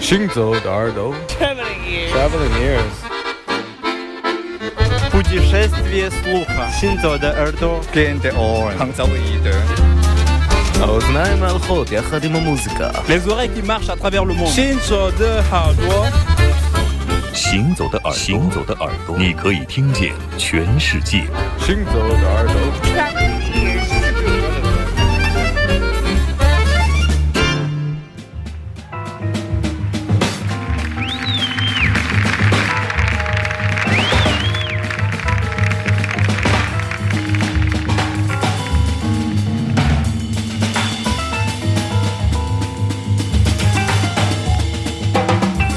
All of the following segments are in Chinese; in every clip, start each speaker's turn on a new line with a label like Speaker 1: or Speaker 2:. Speaker 1: 行走的耳朵
Speaker 2: Traveling ears.
Speaker 1: ，Traveling ears，
Speaker 3: Путешествие слуха. Синзо де Эрдо.
Speaker 4: Кенте Оуэн. Хангзалы Иде.
Speaker 5: האוזניים הלכות יחד עם המוזיקה.
Speaker 3: Les oreilles qui marchent à travers le monde.
Speaker 2: 行走的耳朵，
Speaker 6: 行走的耳朵，行走的耳朵，你可以听见全世界。
Speaker 1: 行走的耳朵。
Speaker 7: Traveling ears.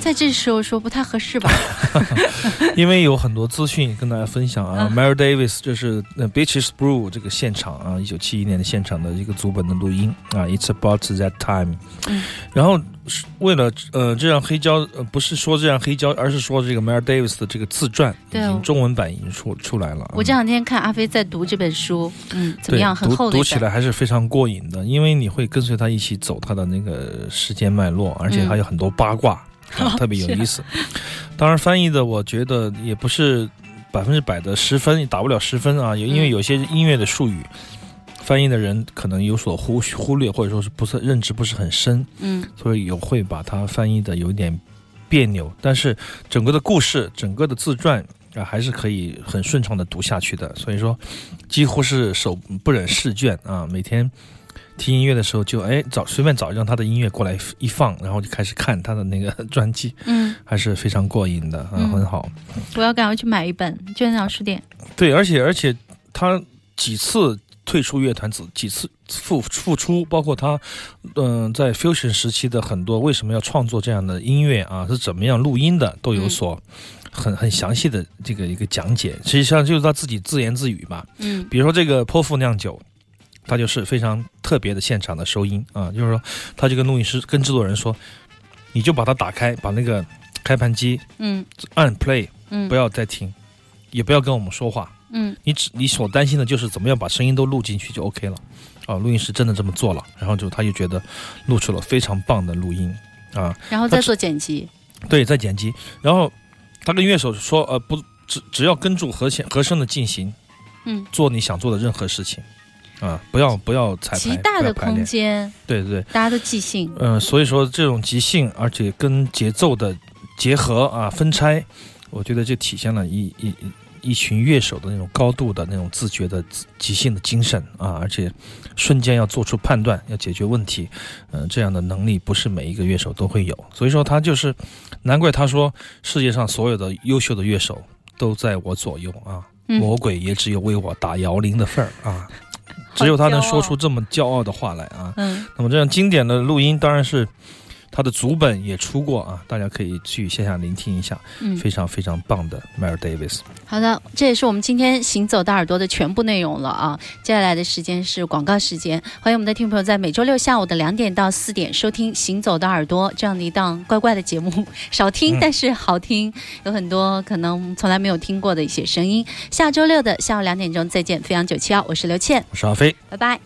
Speaker 7: 在这时候说不太合适吧？
Speaker 8: 嗯因为有很多资讯跟大家分享啊。
Speaker 7: 嗯
Speaker 8: Mary Davis 这是呃 Beaches Brew 这个现场啊，一九七一年的现场的一个组本的录音啊，It's about that time。
Speaker 7: 嗯
Speaker 8: 然后是为了呃这让黑胶呃不是说这让黑胶，而是说这个 Mary Davis 的这个自传已
Speaker 7: 对
Speaker 8: 经中文版已经出出来了啊。
Speaker 7: 我这两天看阿飞在读这本书，嗯，怎么
Speaker 8: 对
Speaker 7: 样？很
Speaker 8: 读
Speaker 7: 厚的一
Speaker 8: 读起
Speaker 7: 本。
Speaker 8: 来还是非常过瘾的，因为你会跟随他一起走他的那个时间脉络，而
Speaker 7: 嗯
Speaker 8: 且还有很多八卦，啊 特别有意思。当然，翻译的我觉得也不是百分之百的十分，也打不了十分啊，有因为
Speaker 7: 嗯
Speaker 8: 有些音乐的术语。翻译的人可能有所忽忽略，或者说是不是认知不是很深，
Speaker 7: 嗯
Speaker 8: 所以有会把它翻译的有一点别扭。但是整个的故事，整个的自传啊，还是可以很顺畅的读下去的。所以说，几乎是手不忍试卷啊，每天。听音乐的时候就哎找随便找一张他的音乐过来一放，然后就开始看他的那个专辑，
Speaker 7: 嗯，
Speaker 8: 还是非常过瘾的啊，
Speaker 7: 嗯
Speaker 8: 很好。
Speaker 7: 我要赶快去买一本，就那书店。
Speaker 8: 对，而且而且他几次退出乐坛，几几次复复出，包括他，嗯、在 fusion 时期的很多为什么要创作这样的音乐啊，是怎么样录音的，都有所。很很详细的这个一个讲解，实际上就是他自己自言自语嘛。
Speaker 7: 嗯
Speaker 8: 比如说这个泼妇酿酒，他就是非常特别的现场的收音啊，就是说他就跟录音师、跟制作人说，你就把它打开，把那个开盘机
Speaker 7: 嗯
Speaker 8: 按 play，
Speaker 7: 嗯，
Speaker 8: 不
Speaker 7: 要
Speaker 8: 要再听，也不要跟我们说话，
Speaker 7: 嗯
Speaker 8: 你只你所担心的就是怎么样把声音都录进去就 OK 了。啊，录音师真的这么做了，然后就他就觉得录出了非常棒的录音啊，
Speaker 7: 然后再做剪辑。
Speaker 8: 对，在剪辑，然后他跟乐手说，呃，不，只只要跟住和弦和声的进行，
Speaker 7: 嗯，
Speaker 8: 做你想做的任何事情，啊，不要不要彩排，
Speaker 7: 极大
Speaker 8: 不要
Speaker 7: 的
Speaker 8: 排
Speaker 7: 空
Speaker 8: 练，
Speaker 7: 间，
Speaker 8: 对对对，
Speaker 7: 大家都即兴。
Speaker 8: 嗯、所以说这种即兴，而且跟节奏的结合啊，分拆，我觉得就体现了一一一群乐手的那种高度的那种自觉的自即兴的精神啊，而且瞬间要做出判断，要解决问题，嗯、这样的能力不是每一个乐手都会有，所以说他就是，难怪他说世界上所有的优秀的乐手都在我左右啊，
Speaker 7: 嗯
Speaker 8: 魔鬼也只有为我打摇铃的份儿啊，
Speaker 7: 好
Speaker 8: 只有他能
Speaker 7: 骄傲
Speaker 8: 说出这么骄傲的话来啊，
Speaker 7: 嗯
Speaker 8: 那么这样经典的录音当然是它的足本也出过啊，大家可以去线下聆听一下，
Speaker 7: 嗯，
Speaker 8: 非常非常棒的 Mary Davis。
Speaker 7: 好的，这也是我们今天行走的耳朵的全部内容了啊。接下来的时间是广告时间，欢迎我们的听众朋友在每周六下午的两点到四点收听《行走的耳朵》这样的一档怪怪的节目，少听
Speaker 8: 嗯
Speaker 7: 但是好听，有很多可能从来没有听过的一些声音。下周六的下午两点钟再见，飞扬九七幺，我是刘倩，
Speaker 8: 我是阿飞。
Speaker 7: 拜拜。